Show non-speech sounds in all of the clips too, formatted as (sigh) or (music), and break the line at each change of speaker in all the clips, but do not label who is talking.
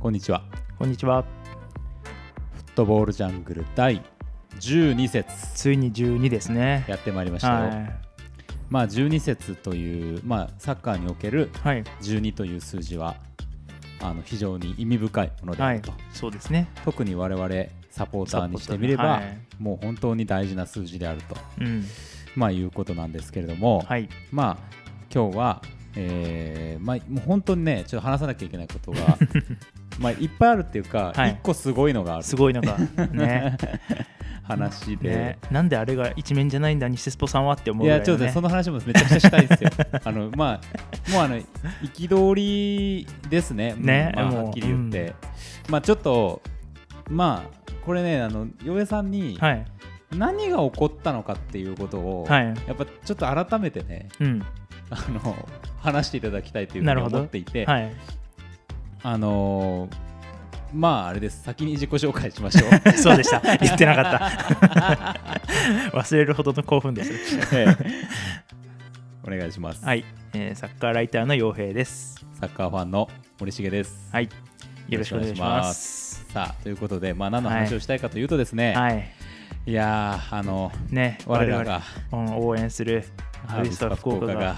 こんにちは。
こんにちは。
フットボールジャングル第12節
ついに12ですね。
やってまいりましたよ。
は
まあ12節というまあサッカーにおける
い。はい。
12という数字はあの非常に意味深いものであ
は
る
い
と。。
そうですね。
特に我々サポーターにしてみれば、
サポーターね
もう本当に大事な数字であると、
うん。
まあ、いうことなんですけれども、
はい。
まあ今日は、えーまあ、もう本当にねちょっと話さなきゃいけないことが
(laughs)
まあいっぱいあるっていうか、一
はい
個すごいのがある
すごいなんか、
(laughs)
ね。
話で。
ね。なんであれが一面じゃないんだ、西スポさんはって思う
い
ぐらい
やち
のね。
ょっとねその話もめちゃくちゃしたい
(laughs)
ですよ。あのまあもうあの憤りですね。
ね
うんまあ、
もう
はっきり言って、まあちょっとまあこれねあの嫁さんに
はい。
何が起こったのかっていうことを、
はい。
やっぱちょっと改めてね
うん。
あの話していただきたいというふう
な
に
るほど
思っていて、
はい。 (laughs)
あのまああれです先に自己紹介しま
(laughs)
しょう。
そうでした。言ってなかった。 (laughs) 忘れるほどの興奮です。
ええお願いします。
はい。えーサッカーライターの洋平です。
サッカーファンの森重です。
はい。よろしくお願
よろしくお願
いし
いしま
ますす。
さあということで、まあ、何の話をしたいかというとですね、
はい。
い、やーあの
ね。
我らが
々うん応援する
ハ
ハ
ー
リ
ビ
ス
スパ
タ
福
福岡
岡が
が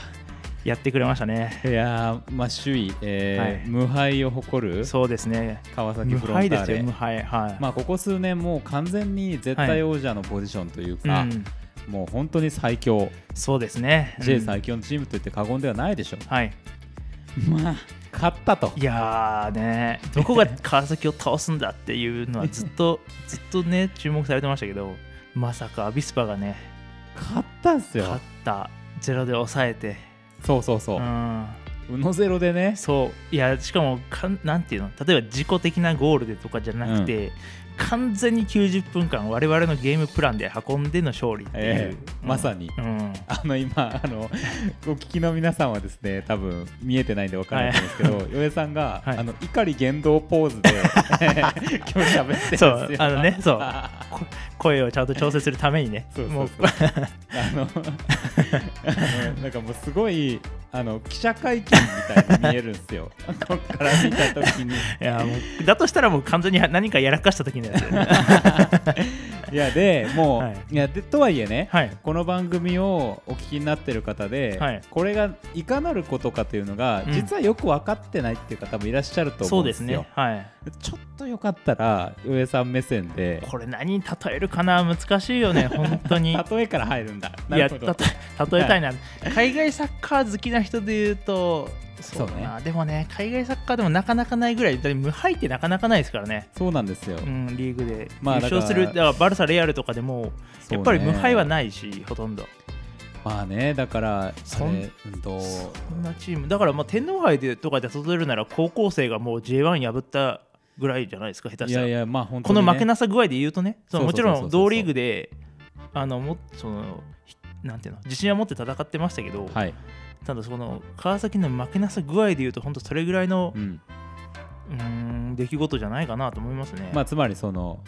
やってくれましたね。
いやー、まあ、首位、えー
はい
無敗を誇る
そうですね。
川崎
無
フロン
敗
タ
で
ー
す
レ
よ、無敗。はい。
まあ、ここ数年もう完全に絶対王者のポジションというか、
うん、
もう本当に最強、
そうですね。うん
J 最強のチームといって過言ではないでしょ
はい。
う、まあ勝ったと
いやーね、どこが川崎を倒すんだっていうのはずっ
(laughs)
と、ずっとね、注目されてましたけど、まさかアビスパがね、
勝ったんですよ
勝った、ゼロで抑えて、
そうそうそうう、
ん、
うのゼロでね
そう、いや、しかもかん、なんていうの、例えば自己的なゴールでとかじゃなくて、完全に90分間、我々のゲームプランで運んでの勝利っていう、
ええまさに
うん、
あの今あのお聞きの皆さんはですね多分見えてないんでわからないと思うん (laughs) ですけど与江さんが、
はい
あの怒り言動ポーズで今日 (laughs) 喋ってるんですよ
そうあのねそう
(laughs) あ
こ声をちゃんと調整するためにね
そうそうそう
もう
のあのなんかもうすごいあの記者会見みたいに見えるんですよ (laughs) こっから見た時に
いやもう (laughs) だとしたらもう完全に何かやらかした時のやつだよ
(laughs)
ね
いやでもう、
はい
い、やでとはいえね、
はい
この番組をお聞きになってる方で、
はい
これがいかなることかというのが、
うん
実はよく分かってないっていう方もいらっしゃると思
そううんで
ですす
ね
よ。
はい
ちょっとよかったら、よえさん目線で、
これ何に例えるかな難し
(laughs)
いよね本当に
例えから入るんだ。
い
な
や
る
た
ほ
と
ど
例えたいな、海外サッカー好きな人で言うとそうだな、でもね海外サッカーでもなかなかないぐらいだって無敗ってなかなかないですからね、
そうなんですよ。
うん、リーグで優
まあ
勝する、
だ
だ
か
かららバルサレアルとかでも
そうね
やっぱり無敗はないしほとんど
まあね、だから、そ
そん
れ、うんと、
そんなチームだからまあ天皇杯でとかで例えるなら高校生がもう J1 破ったぐらいじゃないですか下手
い
した
や
ら
いや、まあ本当
こ
に、ね、
の負けなさ具合で言うとねそ
そ
の
う
も
そう
ち
そうそう
ろん同リーグであのもそのひなんていうの自信は持って戦ってましたけど、
はい。
ただその川崎の負けなさ具合で言うと本当それぐらいの
う、ん。
うーん出来事じゃないかなと思いますね。
まあ、つまり、その、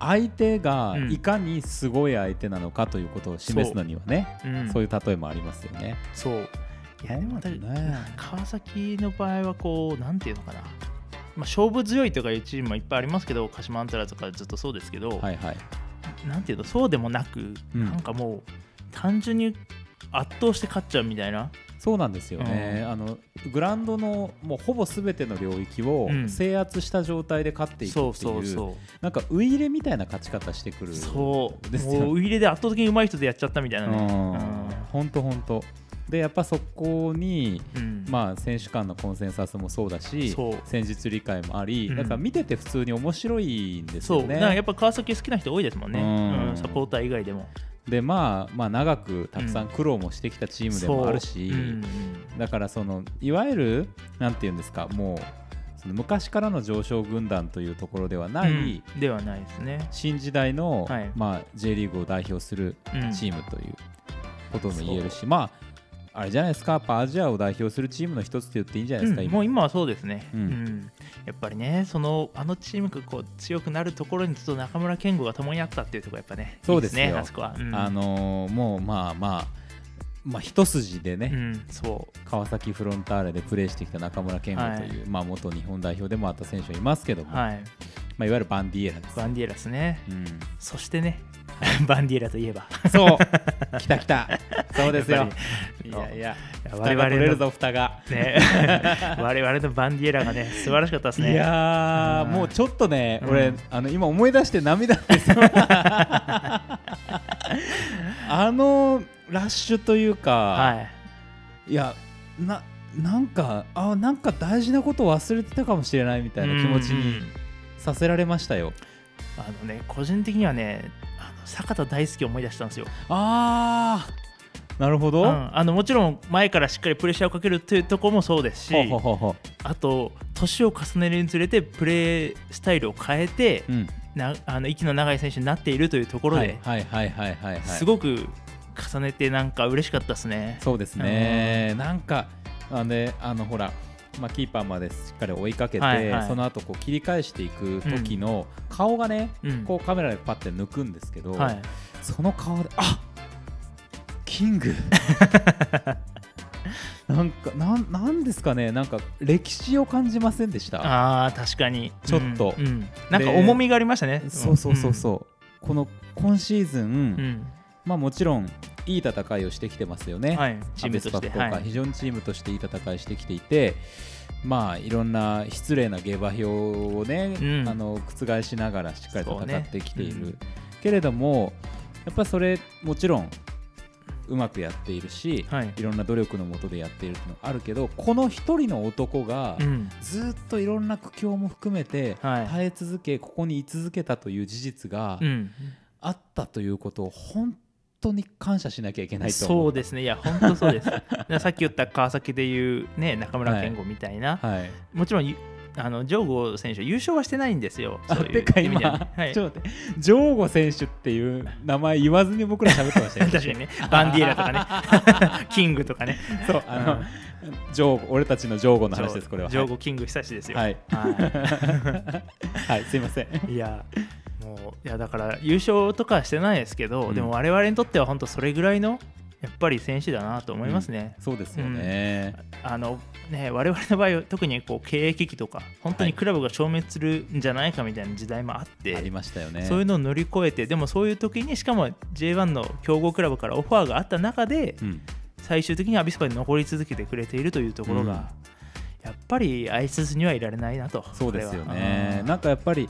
相手が
うん
いかにすごい相手なのかということを示すのにはね、
うん、
そう
う
いう例えもありますよね。
そういやでもだ
そうね
川崎の場合はこうなんていうのかな、まあ、勝負強いとかいうチームもいっぱいありますけど鹿島アントラーズとかずっとそうですけど、
はいはい。
なんていうのそうでもなく、
うん
なんかもう単純に圧倒して勝っちゃうみたいな、
そうなんですよね、
うん
あのグラウンドのもうほぼすべての領域を
うん
制圧した状態で勝っていくっていう,、
そうそうそう
なんかウイ入れみたいな勝ち方してくる
そう
ですよね
もうウイレで圧倒的に上手い人でやっちゃったみたいな
うん
ね、
本当本当でやっぱそこに、
うんうん
まあ、選手間のコンセンサスもそうだし
そう
戦術理解もあり、
うん
なんか見てて普通に面白いんです
そ
よ
うだからや
ね
っぱ川崎好きな人多いですもんね、
うん
うんサポーター以外でも
で、まあ、まあ長くたくさん苦労もしてきたチームでもあるし、
そううん
だからそのいわゆるなんていうんですかもうその昔からの上昇軍団というところではない、
うんではないですね、
新時代の、
はい
まあ、J リーグを代表する
うん
チームということも言えるし、まああれじゃないですかやっぱアジアを代表するチームの一つって言っていいんじゃないですか、
うんもう今はそうですね、
う
うんんやっぱりねそのあのチームがこう強くなるところにちょっと中村健吾が共にあったっていうところやっぱね
そうですよ
いいねあそこは、うん
あのーもうまあまあまあ一筋でね、
うん、そう
川崎フロンターレでプレーしてきた中村健吾という、まあ、元日本代表でもあった選手はいますけども、い
はい
まあ、いわゆるバンディエラです。
バンディエラスね
うん、
そしてね (laughs) バンディエラといえば
そう、来た来た、そうです
や
よ
っぱ。
い
り
やいや、
や
蓋
我々の
が取れるぞ、蓋が。
ね (laughs) 我々のバンディエラがね素晴らしかったです
い
ね
やー、
うん
もうちょっとね、
うん
俺、あの今思い出して涙です
(laughs)
よ。あのラッシュというか、
はい
い、や、な、なんか、あ、なんか大事なこと忘れてたかもしれないみたいな気持ち
う
に
ん
させられましたよ。
あのね個人的にはねあの坂田大輔を思い出したんですよ、
あー、なるほど。
うんあのもちろん前からしっかりプレッシャーをかけるというところもそうですし
ほうほうほうほ
あと年を重ねるにつれてプレースタイルを変えて
う。うん。
なあの息の長い選手になっているというところ
は
で
い、はいはいはいはいはい。
すごく重ねてなんか嬉しかったですね。
そうですね、なんか、あであのほら、まあ、キーパーまでしっかり追いかけて、
はいはい
その後こう切り返していく時の顔がね、
うん
こうカメラでパッて抜くんですけど、
はい、
その顔で、あキン
(laughs)
グなんかなん、なんですかね、なんか歴史を感じませんでした。
あー確かに
ちょっと
うんうんなんか重みがありましたね。
そうそうそうそう、この今シーズン、
うん。うん
まあ、もちろんいい戦いをしてきてますよね。
はい、チームと
アベ
して、
スパ福岡
はい
非常にチームとしていい戦いしてきていて、まあ、いろんな失礼な下馬評を、ね
うん
あの覆しながらしっかりと
そう
戦
ね
ってきている、
うん
けれどもやっぱりそれもちろんうまくやっているし、
はい
い、ろんな努力のもとでやっているっていうのはあるけどこの一人の男が
うん
ずっといろんな苦境も含めて
はい
耐え続け、ここに居続けたという事実が
うん、
あったということを本当に感謝しなきゃいけないと思。
そううですね、いや、本当そうです。だ (laughs) からさっき言った川崎でいう、ね、中村健吾みたいな、
はい
もちろんゆあのジョーゴ選手、優勝はしてないんですよ。
あ
そういう
てか
意味
今、
ではねはい
ちょっと待ってジョーゴ選手っていう名前言わずに僕ら喋ってましたよ
確かにね、バンディエラとか
(laughs)
ね、キングとかね、
そうあの、
うん
ジョーゴ俺たちのジョーゴの話ですこれは
ジョーゴキング久しですよ。
はい
は
はいすいません
(laughs) いいや、もう、いや、だから優勝とかはしてないですけど、
うん
でも我々にとっては本当それぐらいの、やっぱり選手だなと思いますね。
そうですよね、
あのね、我々の場合は特にこう経営危機とか本当にクラブが消滅するんじゃないかみたいな時代もあって、
ありましたよね
そういうのを乗り越えてでもそういう時にしかも J1 の強豪クラブからオファーがあった中で
うん
最終的にアビスパに残り続けてくれているというところが、やっぱりアイスにはいられないなと
そうですよ
これ
ね
は
なんかやっぱり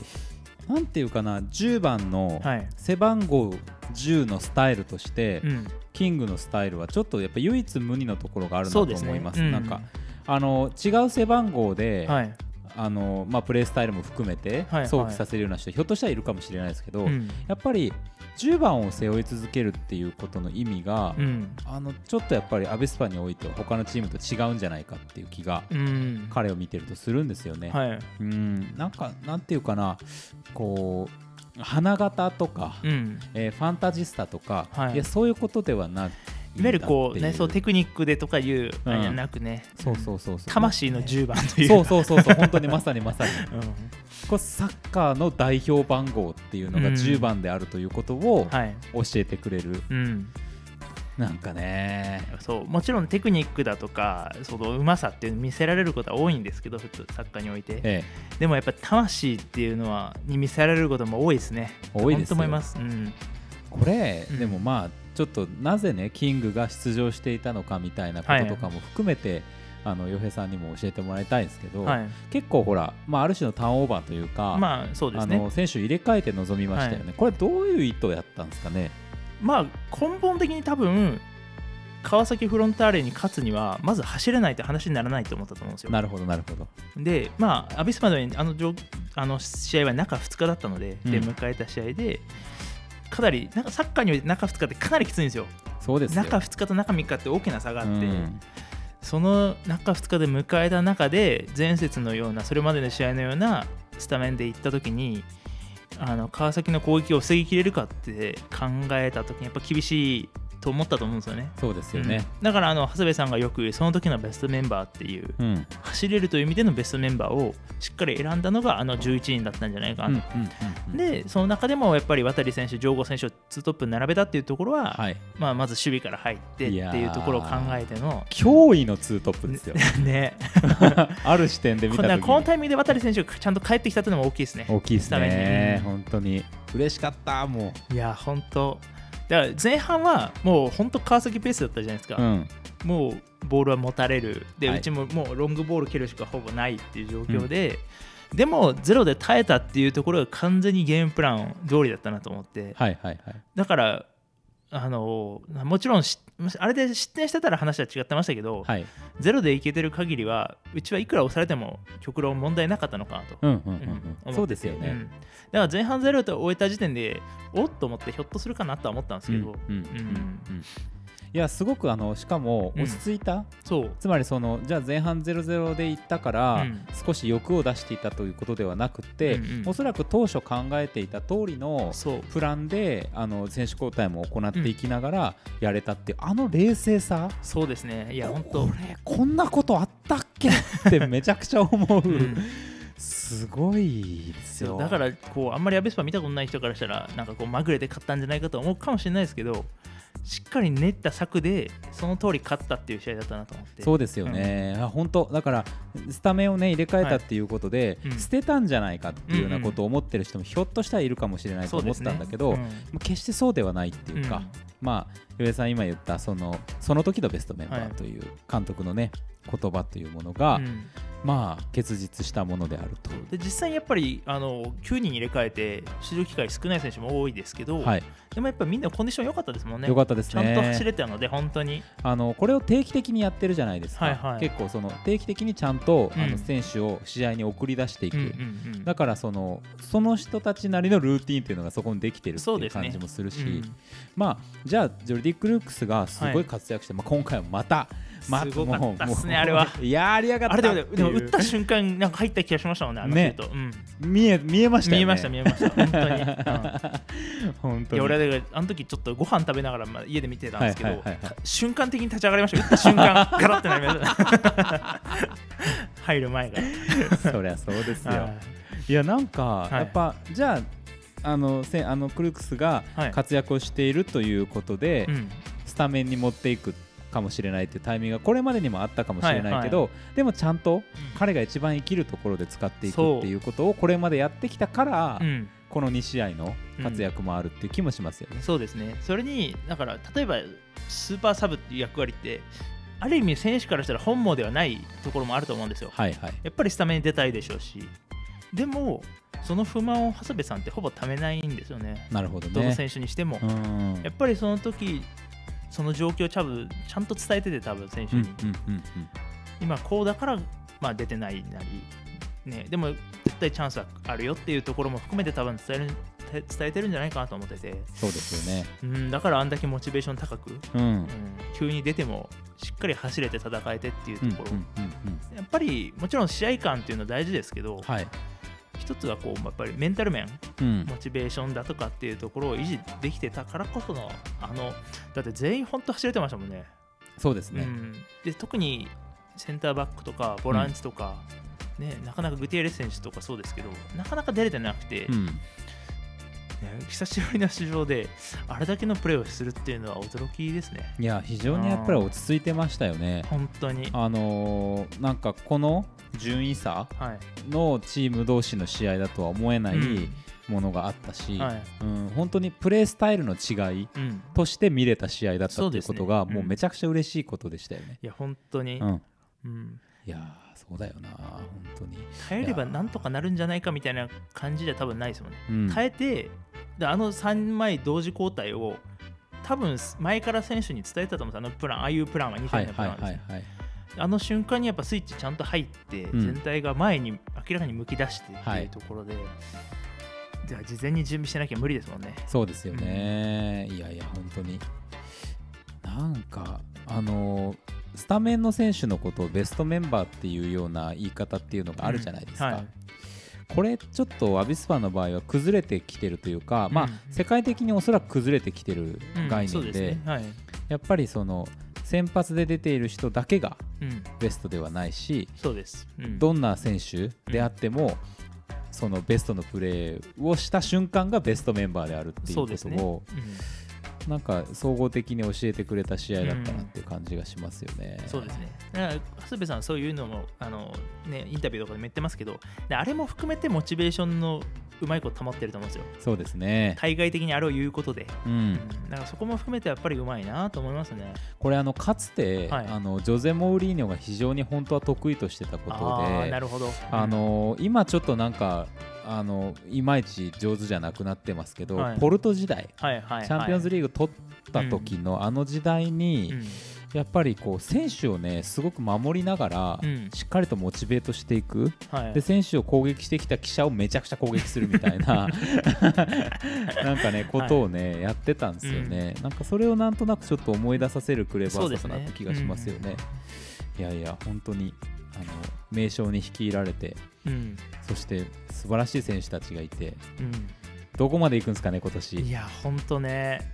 なんていうかな10番の
はい
背番号10のスタイルとして、
うん
キングのスタイルはちょっとやっぱ唯一無二のところがあるなと
そう
思
ですね
います
うん
なんかあの違う背番号で、
はい
あのまあ、プレースタイルも含めて
はい
想起させるような人、ひょっとしたらいるかもしれないですけど、
うん
やっぱり10番を背負い続けるっていうことの意味が、
うん
あのちょっとやっぱりアベスパにおいては他のチームと違うんじゃないかっていう気が
うん
彼を見てるとするんですよね。
はい
うんなんかなんていうかなこう花形とか、
うん
えーファンタジスタとか、
はい
いやそういうことではないんだって
いわゆるこうねそうテ
ク
クニックでとかいうあれじゃなくね
そうそうそうそう
魂の10番という
そうそうそうそう本当にまさにまさに
う
こうサッカーの代表番号っていうのが
うん
10番であるということを
んはい
教えてくれる、
うん
なんかね
そうもちろんテクニックだとかそのうまさっていうの見せられることは多いんですけど普通サッカーにおいて
ええ
でもやっぱ魂っていうのはに見せられることも多いですね
多いですよ
本当思います、うん、
これ、
うん
でもまあちょっとなぜねキングが出場していたのかみたいなこととかも含めて、あの洋平さんにも教えてもらいたいんですけど、
はい
結構ほら、まあ、ある種のターンオーバーというか、
まあそうです
あ
ね
の選手入れ替えて臨みましたよね、これどういう意図やったんですかね。
まあ根本的に多分川崎フロンターレに勝つにはまず走れないって話にならないと思ったと思うんですよ
なるほどなるほど。
でまあアビスパであのじょあの試合は中2日だったので,、
うん
で迎えた試合でかなりなんかサッカーにおいて中2日ってかなりきついんですよ
そうですよ
中2日と中3日って大きな差があって、
うん
その中2日で迎えた中で前節のようなそれまでの試合のようなスタメンで行った時にあの川崎の攻撃を防ぎきれるかって考えた時にやっぱ厳しいと思ったと思うんですよね。
そうですよね。
うんだからあの長谷部さんがよくその時のベストメンバーっていう
うん。うん。
走れるという意味でのベストメンバーをしっかり選んだのがあの11人だったんじゃないかなと
うん。うん、
でその中でもやっぱり渡選手、城郷選手を2トップに並べたっていうところは、
はい。
まあ、まず守備から入ってって
いや
い
ー
うところを考えての、
驚異のツートップですよ。
(laughs) ね、
ある視点で見
こ
たと
ん
き
な
に。
このタイミングで渡選手がちゃんと帰ってきたっていうのも大きいですね。
大きいです
スタメ
ね
ン。に
本当に嬉しかったも
いや、本当だから前半はもう本当川崎ペースだったじゃないですか、
う。うん。
もうボールは持たれるで、
はいう
ちももうロングボール蹴るしかほぼないっていう状況で、でもゼロで耐えたっていうところが完全にゲームプラン通りだったなと思って、
はいはいはい。
だからあのもちろんしあれで失点してたら話は違ってましたけど、
はい。
ゼロでいけてる限りはうちはいくら押されても極論問題なかったのかなと、
うんうんうん
う
う
ん思ってて
ん。そうですよね。
うんだから前半ゼロと終えた時点でおっと思ってひょっとするかなとは思ったんですけど、
うんうんうん
うん
うんいやすごくあのしかも
うん
落ち着いた、
そう
つまりそのじゃあ前半0-0でいったから、
うん
少し欲を出していたということではなくて、
うんうん
おそらく当初考えていた通りの
そう
プランであの選手交代も行っていきながらやれたっていう、あの冷静さ
そうですねいや本当
これこんなことあったっけってめちゃくちゃ思う、
うん
すごいですよ
だからこうあんまりアベスパ見たことない人からしたらなんかこうまぐれで勝ったんじゃないかと思うかもしれないですけどしっかり練った策でその通り勝ったっていう試合だったなと思って
そうですよね、あ本当だからスタメンをね入れ替え
はい
たっていうことで、
うん
捨てたんじゃないかっていうようなことを思ってる人もひょっとしたらいるかもしれないと
そう
思
で
っ
す
た
ね
んだけど、
うん
まあ決してそうではないっていうか、
うん
まあ岩井さん今言ったそのその時のベストメンバ
はい
ーという監督のね言葉というものが、
うん
まあ結実したものであると。
で実際にやっぱりあの9人入れ替えて出場機会少ない選手も多いですけど、
はい、
でもやっぱみんなコンディション良かったですもんね
よかったです
ちゃんと走
ね
れたので本当に
あのこれを定期的にやってるじゃないですか、
はいはい
結構その定期的にちゃんと、あ
うん
の選手を試合に送り出していく、
うんうんうん
だからそのその人たちなりのルーティンっていうのがそこにできてるって
そう
い
で
う
すね
感じもするし
うん
まあじゃあジョルディ・クルークスがすごい活躍して、まあ、今回もまた、まあ、
すごかったっ
も
すね
うもう
あれはい
やーありやがった
あれでもでも
っていう
打った瞬間なんか入った気がしましたもんねあのシュート、うん
見え見えましたよね
見えました見えま
(laughs)
した本当に、うん
本当に
いや俺はだからあの時ちょっとご飯食べながらまあ家で見てたんですけど、
はいはいはいはい
か瞬間的に立ち上がりました打った瞬
(laughs)
間ガラッてなりました (laughs) 入る前から
そりゃそうですよ
(laughs) はい
いやなんか
い
やっぱ、じゃああのせあのクルークスが
はい
活躍をしているということで、
うん
スタメンに持っていくかもしれないっていうタイミングがこれまでにもあったかもしれないけど、でもちゃんと彼が一番生きるところで使ってい
そう
くっていうことをこれまでやってきたから、
うん
この2試合の活躍もあるっていう気もしますよね。
そうですねそれにだから例えばスーパーサブっていう役割ってある意味選手からしたら本望ではないところもあると思うんですよ
はいはい、
やっぱりスタメンに出たいでしょうしでもその不満を長谷部さんってほぼためないんですよね
なるほど
どの
ね。
選手にしても、
うん
やっぱりその時その状況をちゃぶちゃんと伝えてて多分選手
うんう
に、
んうん
今こうだから、まあ、出てないなり、ね、でも絶対チャンスはあるよっていうところも含めて多分伝える伝伝えてるんじゃないかなと思ってて、
そうですよね。
うん、だからあんだけモチベーション高く、うん、
うん
急に出てもしっかり走れて戦えてっていう
うんうん
ところ、
うん
やっぱりもちろん試合感っていうのは大事ですけど、
うんはい。
一つはこうやっぱりメンタル面
うん
モチベーションだとかっていうところを維持できてたからこそのあのだって全員本当走れてましたもんね。
そうですね。
うん、で特にセンターバックとかボランチとか、ね、なかなかグテーレス選手とかそうですけどなかなか出れてなくて、
う
ね
ん
久しぶりの出場であれだけのプレーをするっていうのは驚きですね
いや非常にやっぱり落ち着いてましたよね。
本当に、
あのーなんかこの順位差
はい
のチーム同士の試合だとは思えない、
うん
ものがあったし、
はい
うん、本当にプレースタイルの違い
うん、
として見れた試合だった
そう
ってい
で
う
す
こ
ね
とが、
うん
もうめちゃくちゃ嬉しいことでしたよね。
いや本当に、
うん、
うん
いやーそうだよな本当に、
耐えればなんとかなるんじゃないかみたいな感じじゃ多分ないですもんね、
うん、
耐えてであの3枚同時交代を多分前から選手に伝えてたと思うんですあのプランああいうプランは2
は
歳
い
のプラ
は
ン
い
はですね
はいはい
あの瞬間にやっぱスイッチちゃんと入って、
ん
全体が前に明らかにむき出してって
はいいう
ところで、じゃあ事前に準備してなきゃ無理ですもんね。
そうですよね、いやいや本当になんかあのースタメンの選手のことをベストメンバーっていうような言い方っていうのがあるじゃないですか、
うんはい
これちょっとアビスパの場合は崩れてきてるというか、まあ
うん
世界的におそらく崩れてきてる
うん
概
そう
念
す
で
ねはい
やっぱりその先発で出ている人だけが
うん、
ベストではないし、
そうです。うん、
どんな選手であっても、そのベストのプレーをした瞬間がベストメンバーであるっていう
そう
こ
です
と
ね
を、
うん
なんか総合的に教えてくれた試合だったなっていう感じがしますよね。
そうですね。だから長谷部さんそういうのもあのねインタビューとかでも言ってますけど、であれも含めてモチベーションのうまいこと保ってると思うんですよ。
そうですね。
対外的にあれを言うことで、
う、
うんん、だからそこも含めてやっぱりうまいなと思いますね。
これあのかつて、
はい
あのジョゼ・モーリーニョが非常に本当は得意としてたこと
ああー
で
なるほど。
あの今ちょっとなんかあのいまいち上手じゃなくなってますけど、
はい
ポルト時代、
はいはいはい、
チャンピオンズ
リ
リーグ取った時のあの時代に、やっぱりこう選手をねすごく守りながら、
うん、うん
しっかりとモチベートしていく、
はい、
で選手を攻撃してきた記者をめちゃくちゃ攻撃するみたい
(laughs)
ななんかねことをね、やってたんですよね、なんかそれをなんとなくちょっと思い出させるクレバ
そう
ー
で
さ
す
か
ね
なって気がしますよねいやいや本当にあの名将に率いられて
うん
そして素晴らしい選手たちがいて
うん
どこまで行くんですかね今
い
年
や、ほんとね、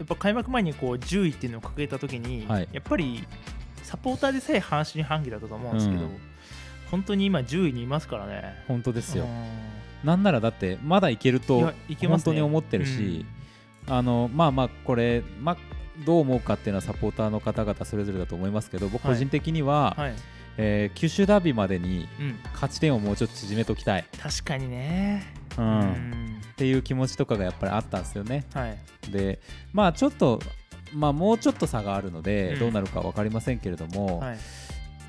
やっぱ開幕前にこう10位っていうのを掲げたときに、
はい
やっぱりサポーターでさえ半信半疑だったと思うんですけど、
うん
本当に今、10位にいますからね。
本当ですよ、
う
なんならだってまだいける
んい
と
やいけま
本
すね
当に思ってるし、あのまあまあこれ、ま、どう思うかっていうのはサポーターの方々それぞれだと思いますけど僕
はい
個人的には、
うんはい
えー九州ダービーまでに
うん、
勝ち点をもうちょっと縮めときたい、
確かにね。
うん
う
っ
ん
ていう気持ちとかがやっぱりあったんですよね。
はい
でまあちょっとまあもうちょっと差があるので、
うん
どうなるか分かりませんけれども、
はい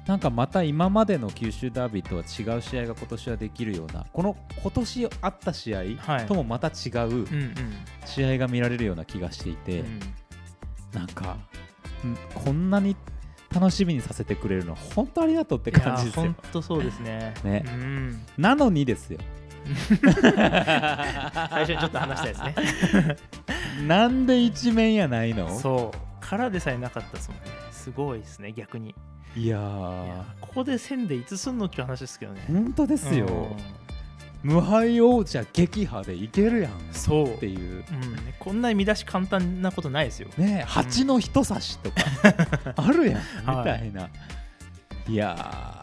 なんかまた今までの九州ダービーとは違う試合が今年はできるようなこの今年あった試合
はい
ともまた違う
うんうん
試合が見られるような気がしていて、
うん
なんかんこんなに楽しみにさせてくれるのは本当ありがとうって
いや
感じですよ
本。当そうですね。
ね
うん、
なのにですよ。
最初にちょっと話したいですね。
(laughs) なんで一面やないの
そうからでさえなかったですもんね。すごいですね、逆に。
いや
い
ー
やここで線でいつすんのっていう話ですけどね。
本当で
です
よ、無敗王者撃破でいけるやんっ
そう、
ていう
うん、こんな見出し簡単なことないですよ。
ねえ蜂の一刺しと
(laughs)
かあるやんみたいな、い、や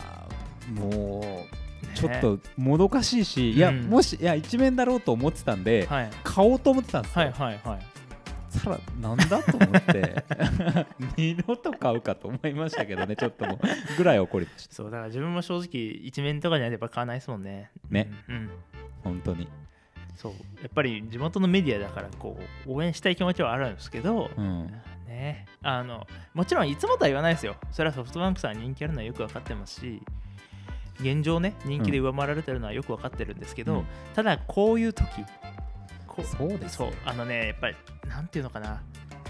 ーもうちょっともどかしいし、いや
うん
もしいや一面だろうと思ってたんで、
はい、
買おうと思ってたんですよ、
はいはいはい。
たらなんだと思って (laughs) 二度と買うかと思いましたけ
(laughs)
どねちょっともうぐらい怒りました
そうだから自分も正直一面とかじゃなければ買わないですもんね。
ね
うん、うん
本当に、
そうやっぱり地元のメディアだからこう応援したい気持ちはあるんですけど、
うん、
ねあのもちろんいつもとは言わないですよ。それはソフトバンクさん人気あるのはよく分かってますし。現状ね人気で上回られてるのはよく分かってるんですけど、
うん
ただこういう時こ
そうです
そう
よ
あのねやっぱりなんていうのかな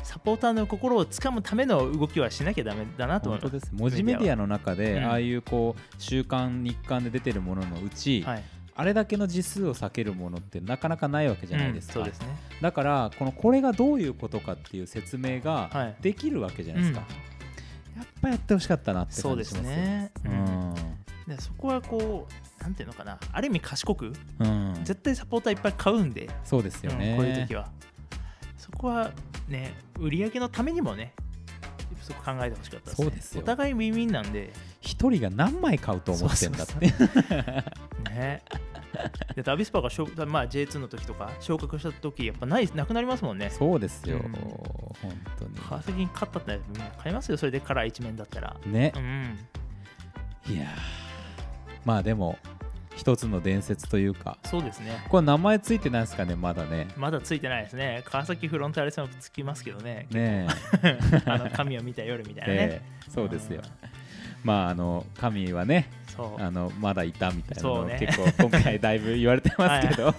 サポーターの心をつかむための動きはしなきゃダメだなと思
本
いま
当
す。
です文字メディアの中で、
うん
ああいうこう週刊日刊で出てるもののうち、
はい、
あれだけの字数を避けるものってなかなかないわけじゃないですか、
うんそうですね。
だからこのこれがどういうことかっていう説明が
はい
できるわけじゃないですか、やっぱやってほしかったなって
そう
感
で
じし
す
ますよ
ね。
う
うん
ん
でそこはこうなんていうのかなある意味賢く
うん、
絶対サポーターいっぱい買うんで、
そうですよね、
うんこういう時はそこはね売り上げのためにもねそこ考えてほしかったです、ね、
そうですよ
お互いウィンウィンなんで
一人が何枚買うと思ってんだって
そうね (laughs) でアビスパが昇、まあ、J2 の時とか昇格した時やっぱないなくなりますもんね
(laughs) そうですよ、
うん
本当
川崎に勝ったってみんな買いますよそれでカラー一面だったら
にね
う、ん
いやーまあでも一つの伝説というか
そうですね
これ名前ついてないですかねまだね
まだついてないですね川崎フロンターレさんもつきますけどね
ね
あの神を見た夜みたいな
(laughs)
ね、
えええそうですよまああの神はね
うんそう
あのまだいたみたいなの
そうね
結構今回だいぶ言われてますけど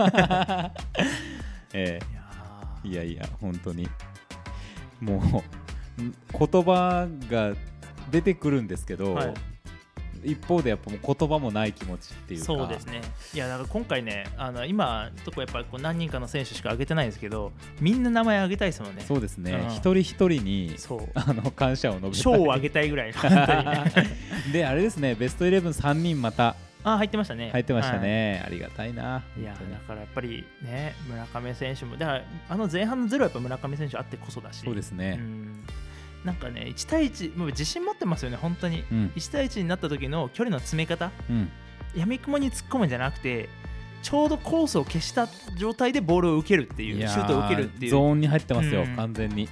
(laughs) え
いや
え
ー
いやいや本当にもうん言葉が出てくるんですけど、
はい
一方でやっぱもう言葉もない気持ちっていうか
そうですねいやだから今回ねあの今とこやっぱこう何人かの選手しか挙げてないんですけどみんな名前挙げたいですもんね
そうですね、
うん
一人一人に
そう
あの感謝を述べたい
賞をあげたい
(laughs)
ぐらい本当にね
であれですねベストイレブン三人また
あ入ってましたね
入ってました、ね、ありがたいな
はいいや
本当に
だからやっぱりね村上選手もだからあの前半のゼロはやっぱ村上選手あってこそだし
そうですね、
うんなんかね1対1もう自信持ってますよね本当に
うん
1対1になった時の距離の詰め方
うん
やみくもに突っ込むんじゃなくてちょうどコースを消した状態でボールを受けるっていう
や
シュートを受けるってい
ゾ
う
ーンに入ってますよ、
うん
完全に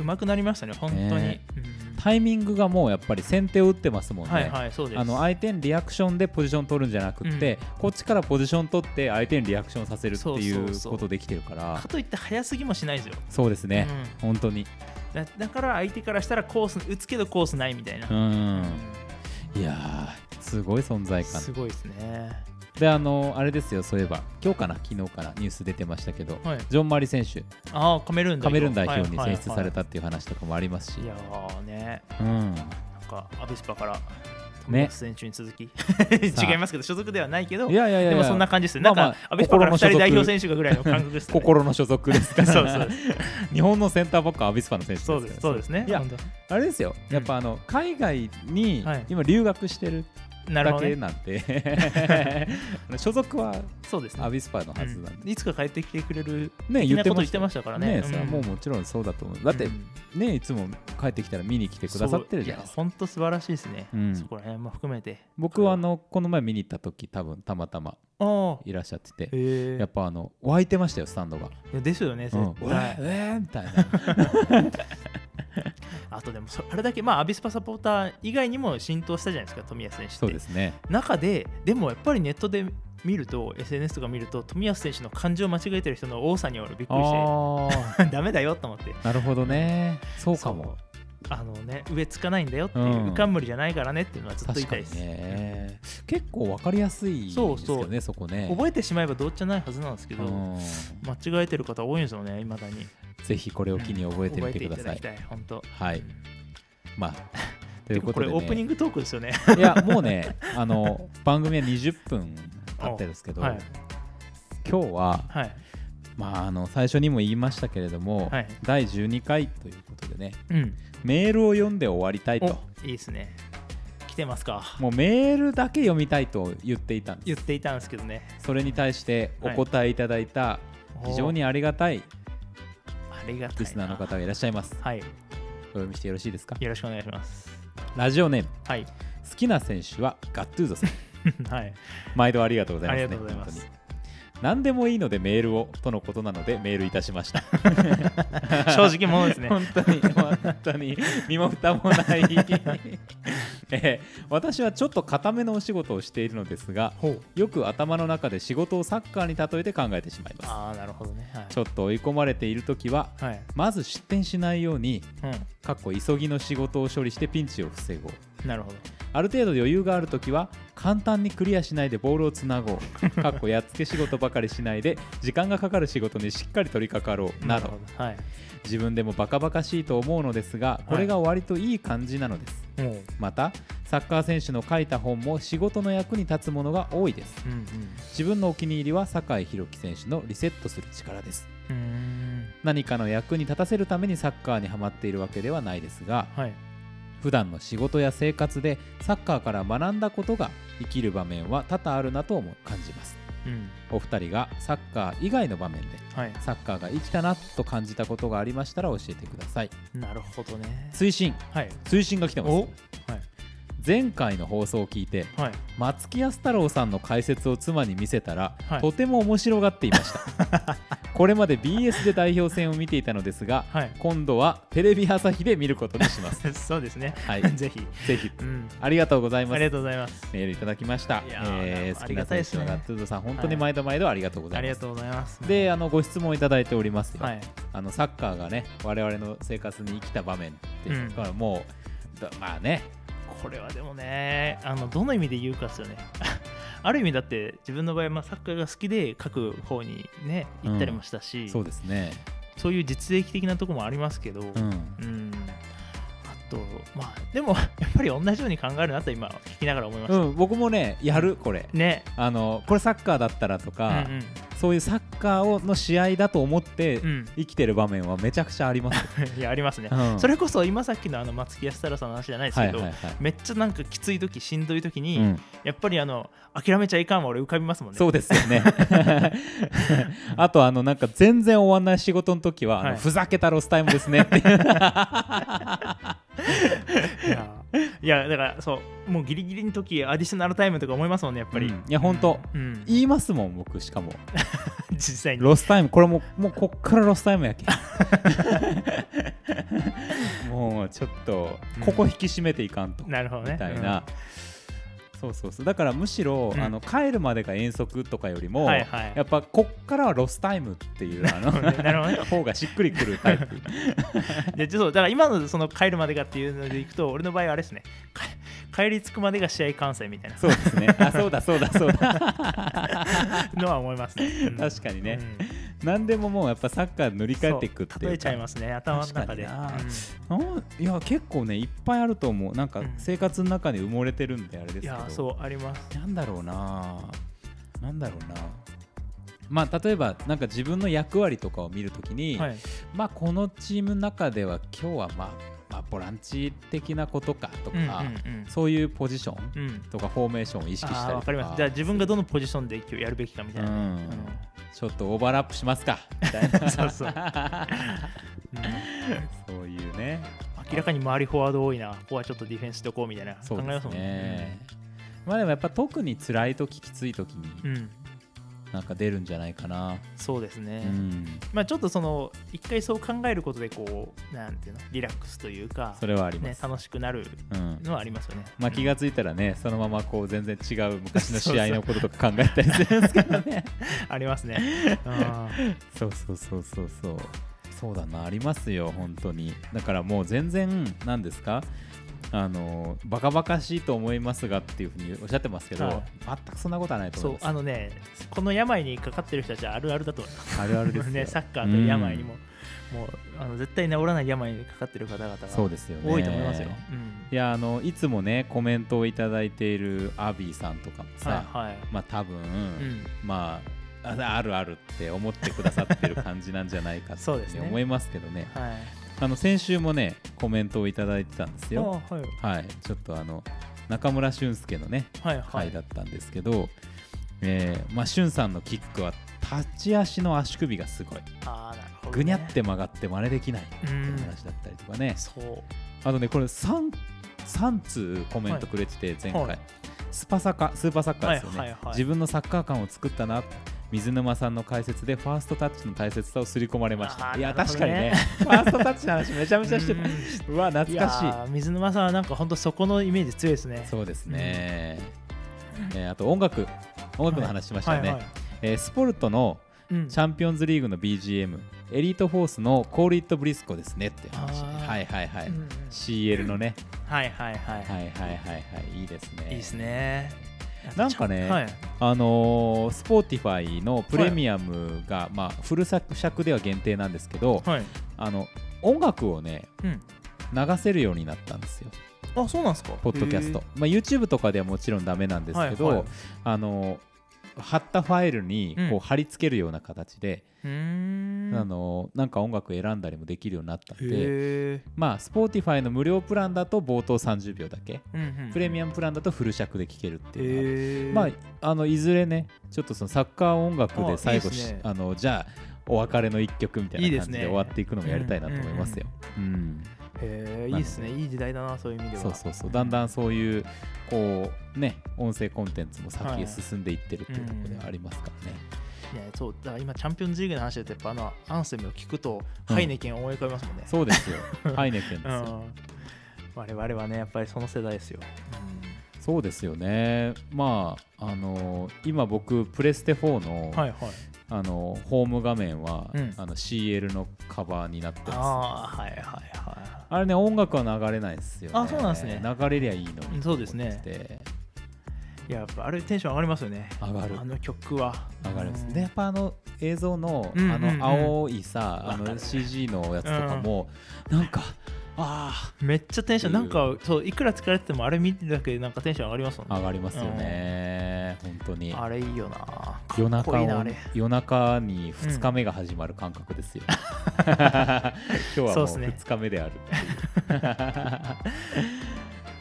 うまくなりましたね本当に、
ね
うん
タイミングがもうやっぱり先手を打ってますもんね、
はいはいそうです
あの相手にリアクションでポジション取るんじゃなくって、こっちからポジション取って相手にリアクションさせるってい
そうそう
う
そう
ことできてるから
かといって早すぎもしないですよ、
そうですね、本当に
うんだだから相手からしたらコース打つけどコースないみたいな、
う
うんん
いやーすごい存在感
すごいですね
であのあれですよそういえば今日かな昨日からニュース出てましたけど、
はい
ジョン・マリ選手
ああカメルーン
カメルーン代表に
はいはい
選
はい
出されたっていう話とかもありますし、
いやーね
うん、
なんかアベスパから
ね
ね選手に続き (laughs)
さあ
違いますけど所属ではないけど
いやいやいや
でもそんな感じですね。
ま
な
あ
ん
まあ
か、安倍パから2
心の所
人
属
代表選手がぐらいの感覚ですね。
心の所属ですから
そうそう
(laughs) 日本のセンターバックはアビスパの選手ですから
そうです、そうですね。
いや
本
あれですよやっぱあの、海外に
はい
今留学してる
当なる
だ
ほど、
け
ね。
なんで、 (laughs) 所属は
そうですね
ア。ビスパのはずなん
うん
で、
いつか帰ってきてくれる
ね
的なこと言ってましたからね。
ねそれはもうもちろんそうだと思うだってねいつも帰ってきたら見に来てくださってるじゃないですか
本当素晴らしいですね。
うん
そこら辺も含めて。
僕はあのこの前見に行った時多分たまたま
ああ、
いらっしゃってて
へえ
やっぱあの湧いてましたよスタンドが、
いやですよね、
うん、
絶対。
えーみたいな
あとでもそ、あれだけ、まあ、アビスパサポーター以外にも浸透したじゃないですか、富安選手って。
そうですね
中ででもやっぱりネットで見ると SNS とか見ると富安選手の漢字を間違えてる人の多さに俺びっくりし
ああ
て (laughs) ダメだよと思って
なるほどねそうかも
そうあのね上つかないんだよっていう、
うん
浮かんむりじゃないからねっていうのはずっと言
確
いた
か
いで
に
す、
ね結構わかりやすいです
そう
よ
そう
ねそこね
覚えてしまえばどうじゃないはずなんですけど、
うん
間違えてる方多いんですよねいまだに
ぜひこれを機に覚えてみてください
覚えていただきたい本当
はいまあ (laughs) とい
て
う
か
こ
ことれ
で、ね、
オープニングトークですよね
いやもうねあ
(laughs)
の番組は20分経ってるんですけど、
はい
今日は、
はい
まあ、あの最初にも言いましたけれども、
はい
第12回ということでね
うん
メールを読んで終わりたい
お
と
いいですね来てますか
もうメールだけ読みたいと言っていたんで
言っ
す
ていたんですけどね
それに対してお答えいただいた非常にありがたい
おありがたい
リスナーの方がいらっしゃいます
はい
お読みしてよろしいですか
よろしくお願いします
ラジオネーム
はい (laughs)
好きな選手はガットゥーゾさん (laughs)
はい
毎度ありがとうございます、ね。
ありがとうございます
本当に何でもいいのでメールをとのことなのでメールいたしました。
正直者ですね
本当に本当に身も蓋も
(laughs)
ない、えー私はちょっと固めのお仕事をしているのですが、
ほう
よく頭の中で仕事をサッカーに例えて考えてしまいま
ああなるほどねはい
す。ちょっと追い込まれている時は、
はい
まず失点しないように、
う
かっこ急ぎの仕事を処理してピンチを防ごう。
んなるほど
ある程度余裕があるときは簡単にクリアしないでボールをつなごうかっこやっつけ仕事ばかりしないで時間がかかる仕事にしっかり取り掛かろうなど
るほどはい
自分でもバカバカしいと思うのですがこれが割といい感じなのです、
もう
またサッカー選手の書いた本も仕事の役に立つものが多いです
うん
自分のお気に入りは酒井宏樹選手のリセットする力です
うんうーん
何かの役に立たせるためにサッカーにはまっているわけではないですが
はい
普段の仕事や生活でサッカーから学んだことが生きる場面は多々あるなと思う感じます
うん
お二人がサッカー以外の場面で
はい
サッカーが生きたなと感じたことがありましたら教えてください
なるほどね
推進
はい
推進が来てます
はい
前回の放送を聞いて
はい
松木安太郎さんの解説を妻に見せたら、
はい
とても面白がっていました
(laughs)
これまで BS で代表戦を見ていたのですが、
はい (laughs)
今度はテレビ朝日で見ることにします
そうですね
はい
ぜひ
ぜひ
うん
ありがとうございます
ありがとうございます
メールいただきました。
いや
え
ーなん
ー、
か
好
あ
き
りが
な
たい
選
です
手
ね
のガッツーズさん、本当
はい
に毎度毎度ありがとうござ
あ
い
り
ま
が
す。
とうございます
で、あのご質問いただいておりますよ、
はい
あのサッカーがね、我々の生活に生きた場面っていう
うん
から、もう、だまあね、
これはでもねあのどの意味で言うかですよね (laughs) ある意味だって自分の場合、まあ、サッカーが好きで各方にね行ったりもしたし、
そうですね。
そういう実益的なところもありますけど、
うん、
うんあとまあでも (laughs) やっぱり同じように考えるなと今聞きながら思いまし
うん僕もね、やる、これ。
たね
あのこれサッカーだったらとか、
うんうん
そういうサッカーをの試合だと思って
うん、 (laughs)
生きてる場面はめちゃくちゃあります。
いやありますね、
うん
それこそ今さっきのあの松木安太郎さんの話じゃないです
は
け
い
ど、
はいはい。
めっちゃなんかきつい時しんどい時に、
うん
やっぱりあの諦めちゃいかんは俺浮かびますもんね
そうですよ
(laughs)
ねあとあのなんか全然終わんない仕事の時は、あの
はい
ふざけたロスタイムですね
(laughs)
っていう
いやいやだからそうもうギリギリの時アディショナルタイムとか思いますもんねやっぱり、
うんいやほんと
うん
言いますもん僕しかも
実際に
ロスタイムこれもうもうこっからロスタイム
(laughs)
やけんもうちょっとここ引き締めていかんと、
なるほどね
みたいな、そうそうそうだからむしろ、
うん
あの帰るまでが遠足とかよりも、
うんはいはい
やっぱこっからはロスタイムっていうあの
(laughs) なるほどね
方がしっくりくるタイプ
でそうだから今のその帰るまでがっていうのでいくと俺の場合はあれですねか帰り着くまでが試合観戦みたいな
そうですね。あ、そうだそうだそうだ。
のは思いますね、うん
確かにね
うん
何でももうやっぱサッカー塗り替えていくっていうか。
そう例えちゃいますね頭の中で
確かになんいや結構ねいっぱいあると思う。なんか
うん
生活の中に埋もれてるんであれです
うんい
けど。
やそうあります
なんだろうな。なんだろうな。まあ、例えばなんか自分の役割とかを見るときに、
はい
まあ、このチームの中では今日は、まあ、まあボランチ的なことかとか、
う
そういうポジション
んうんうんうん
とかフォーメーションを意識した
あー
り
わ
と
かりますじゃあ自分がどのポジションで今日やるべきかみたいなね、
うんちょっとオーバーラップします
(laughs)
かみたいな
そうそううんうん
そういうね
明らかに周りフォワード多いなここはちょっとディフェンスとこうみたいな考
そ
え
うで
ます
す
もん
ね、まあでもやっぱ特に辛い時きつい時に
うんうん
なんか出るんじゃないかな、
そうです
う
ね、
ん、
まあちょっとその一回そう考えることでこうなんていうのリラックスというか
それはありま
ね
す、
楽しくなる
うん
のはありますよね
まあ、気がついたらねそのままこう全然違う昔の試合のこととか考えたりするん
(laughs)
ですけどね
あります
(laughs)
ねあー
そうそうそうそうそうそうだなありますよ本当にだからもう全然何ですかあのバカバカしいと思いますがっていうふうにおっしゃってますけど、
はい
全くそんなことはないと
そ
思いうます
あのねこの病にかかってる人たちはあるあるだと思います
あるあるですよ
ね、サッカーという病にも、もうあの絶対治らない病にかかってる方々が
そうですよね
(laughs) 多いと思いますよ。うん
いやあのいつもねコメントをいただいているアビーさんとかもさ、
はいはい。
まあ多分、
うん
まあああるあるって思ってくださってる感じなんじゃないかって
そうですね
思いますけどね
はい。
あの先週もねコメントをいただいてたんです
あ
よ
はい
はいちょっとあの中村俊輔のね
はいは
回
い。
だったんですけど、えーまあ、俊さんのキックは立ち足の足首がすごい
あーなるほどね
ぐにゃって曲がって真似できないって
う。
いうん話だったりとかね、
そう。
あとね、これ3、三通コメントくれてて、前回、
はい
スパサッカー、スーパーサッカーですよね、
はいはいはい
自分のサッカー感を作ったな、水沼さんの解説で、ファーストタッチの大切さを刷り込まれました。
あー
いや、
なる
確
ほ
か
ど
にね
ね、
フ
(laughs)
ァーストタッチの話、めちゃめちゃしてる
うん。
うわ、懐かし
い
い。
やー水沼さんはなんか本当そこのイメージ強いですね。
そうですね、えーあと音楽、音楽の話しましたね。
はいはい
えースポルトの
うん
チャンピオンズリーグの BGM、エリートフォースのコール・イット・ブリスコですねって話、
あー
はいはいはい、
うんうん
CL のね、
はいはいはい。
はいはいはいはいいいですね
いいですね。
なんかね
はい。
あのースポーティファイのプレミアムが、まあフル作尺では限定なんですけど、
はい。
あの音楽をね
うん。
流せるようになったんですよ
あそうなんですか。
ポッドキャスト、まあ、YouTube とかではもちろんダメなんですけど、
はいはい
あのー貼ったファイルに
うん
こう貼り付けるような形で、
へー。うーん。
あのーなんか音楽選んだりもできるようになったんで、
へ
まあ、Spotify の無料プランだと冒頭30秒だけ、
ーうんうん。
プレミ
ア
アムプランだとフル尺で聴けるって
へ
いうのが
ー
まあ、あのいずれねちょっとそのサッカー音楽で最後
あいいです
し
ね
あのじゃあお別れの一曲みたい
いい
な
で
感じ
すね
で終わっていくのもやりたいなと思いますよ。うん
へえ
ない
いですねいい時代だなそういう意味では
そうそうそうだんだんそういうこうね音声コンテンツも先へ進んでいってるっていうところではありますからね。
ねそうだから今チャンピオンズリーグの話だとやっぱあのアンセムを聞くと、
うん
ハイネケンを思い浮かべますもんね
そう
(laughs)
ですよハイネケンです
う
よ。
ん我々はねやっぱりその世代ですよ、
そうですよね。まああの今僕プレステ4の,、
はいはい
あのホーム画面は、
うん
あの CL のカバーになってます。
ああはいはいは
あれね音楽は流れないですよ、ね。
あそうなんですね
流れりゃいいのに。
そうですね
で
いいややっぱあれテンション上がりますよね
上がる
あの曲は
上がるんです。
うん
でやっぱあの映像の、
うんうんうん
あの青いさあ
わか
の
る
CG のやつとかも、なんかあ
めっちゃテンショ
っ
ンな
てい
ん
う
かそういくら疲れててもあれ見てるだけでなんかテンション上がりますもん
ー
ね
上がりますよね。ね本当に
あれいいよなかっ
夜
こ
中
いい
を
なあれ
夜中に2日目が始まる感覚です
(laughs)
よ、今日は
そ
も
う
う
っすね
2日目であるって
(laughs)
いう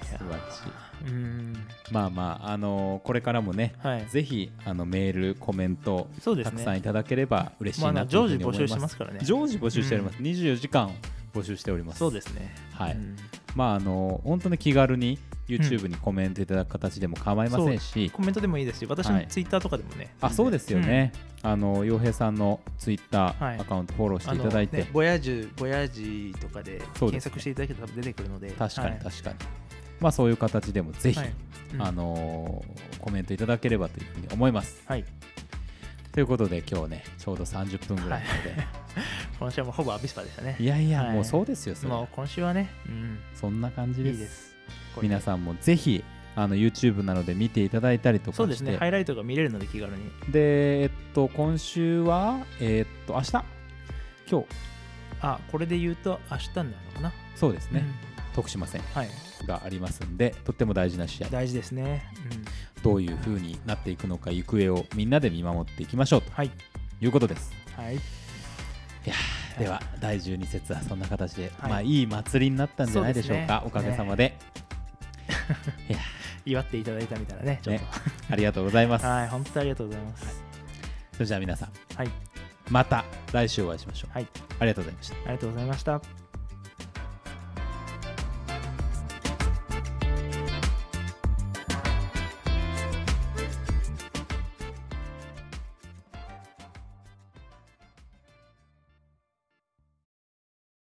素晴らし
うん
いまあまああのーこれからもね
はい
ぜひあのメールコメント
そうです
た
ね
くさんいただければ嬉しい
まああ
な
の
というふう
常時
に思います、
募集してますからね
常時募集しております、24時間募集しております
そうですね
はい
うん
まああのー本当に気軽に YouTube にコメントいただく形でも構いませんし、
コメントでもいいですし私
は
の
い
ツイッターとかでもね
あそうですよね、あの洋平さんのツイッタ
はい
ーアカウントフォローし
あ
てい
の
ただいて、
ねボヤージュボヤージとかで
そうですね
検索していただけたら多分出てくるので
確かに
はい
確かに、まあそういう形でもぜひ、
はいうん
あのーコメントいただければというふうに思います
はい
ということで今日ねちょうど30分ぐらいなので、
今週はもうほぼアビスパでしたね
い、やいや、
はい
もうそうですよそれ
もう今週はねうん
そんな感じ
い
で
い
す
です
皆
ん
さんもぜひあの YouTube などで見ていただいたりとかして
そうですねハイライトが見れるので気軽に
でえっと今週はえっと明日今日
あこれで言うと明日になるのかな
そうですね、
うん
徳島戦
はい
がありますんでとっても大事な試合
大事ですねうん
どういう風になっていくのか行方をみんなで見守っていきましょうと
はい
いうことです
はい
いやーでは第12節はそんな形で、
はい
まあいい祭りになったんじゃないでしょうかお
そう
か
ですね
げさまで、
祝っていただいたみたいなねちょっ
ね、ありがとうございます、
はい本当にありがとうございます
それじゃあ皆さん
はい
また来週お会いしましょう、
はい
ありがとうございました
ありがとうございました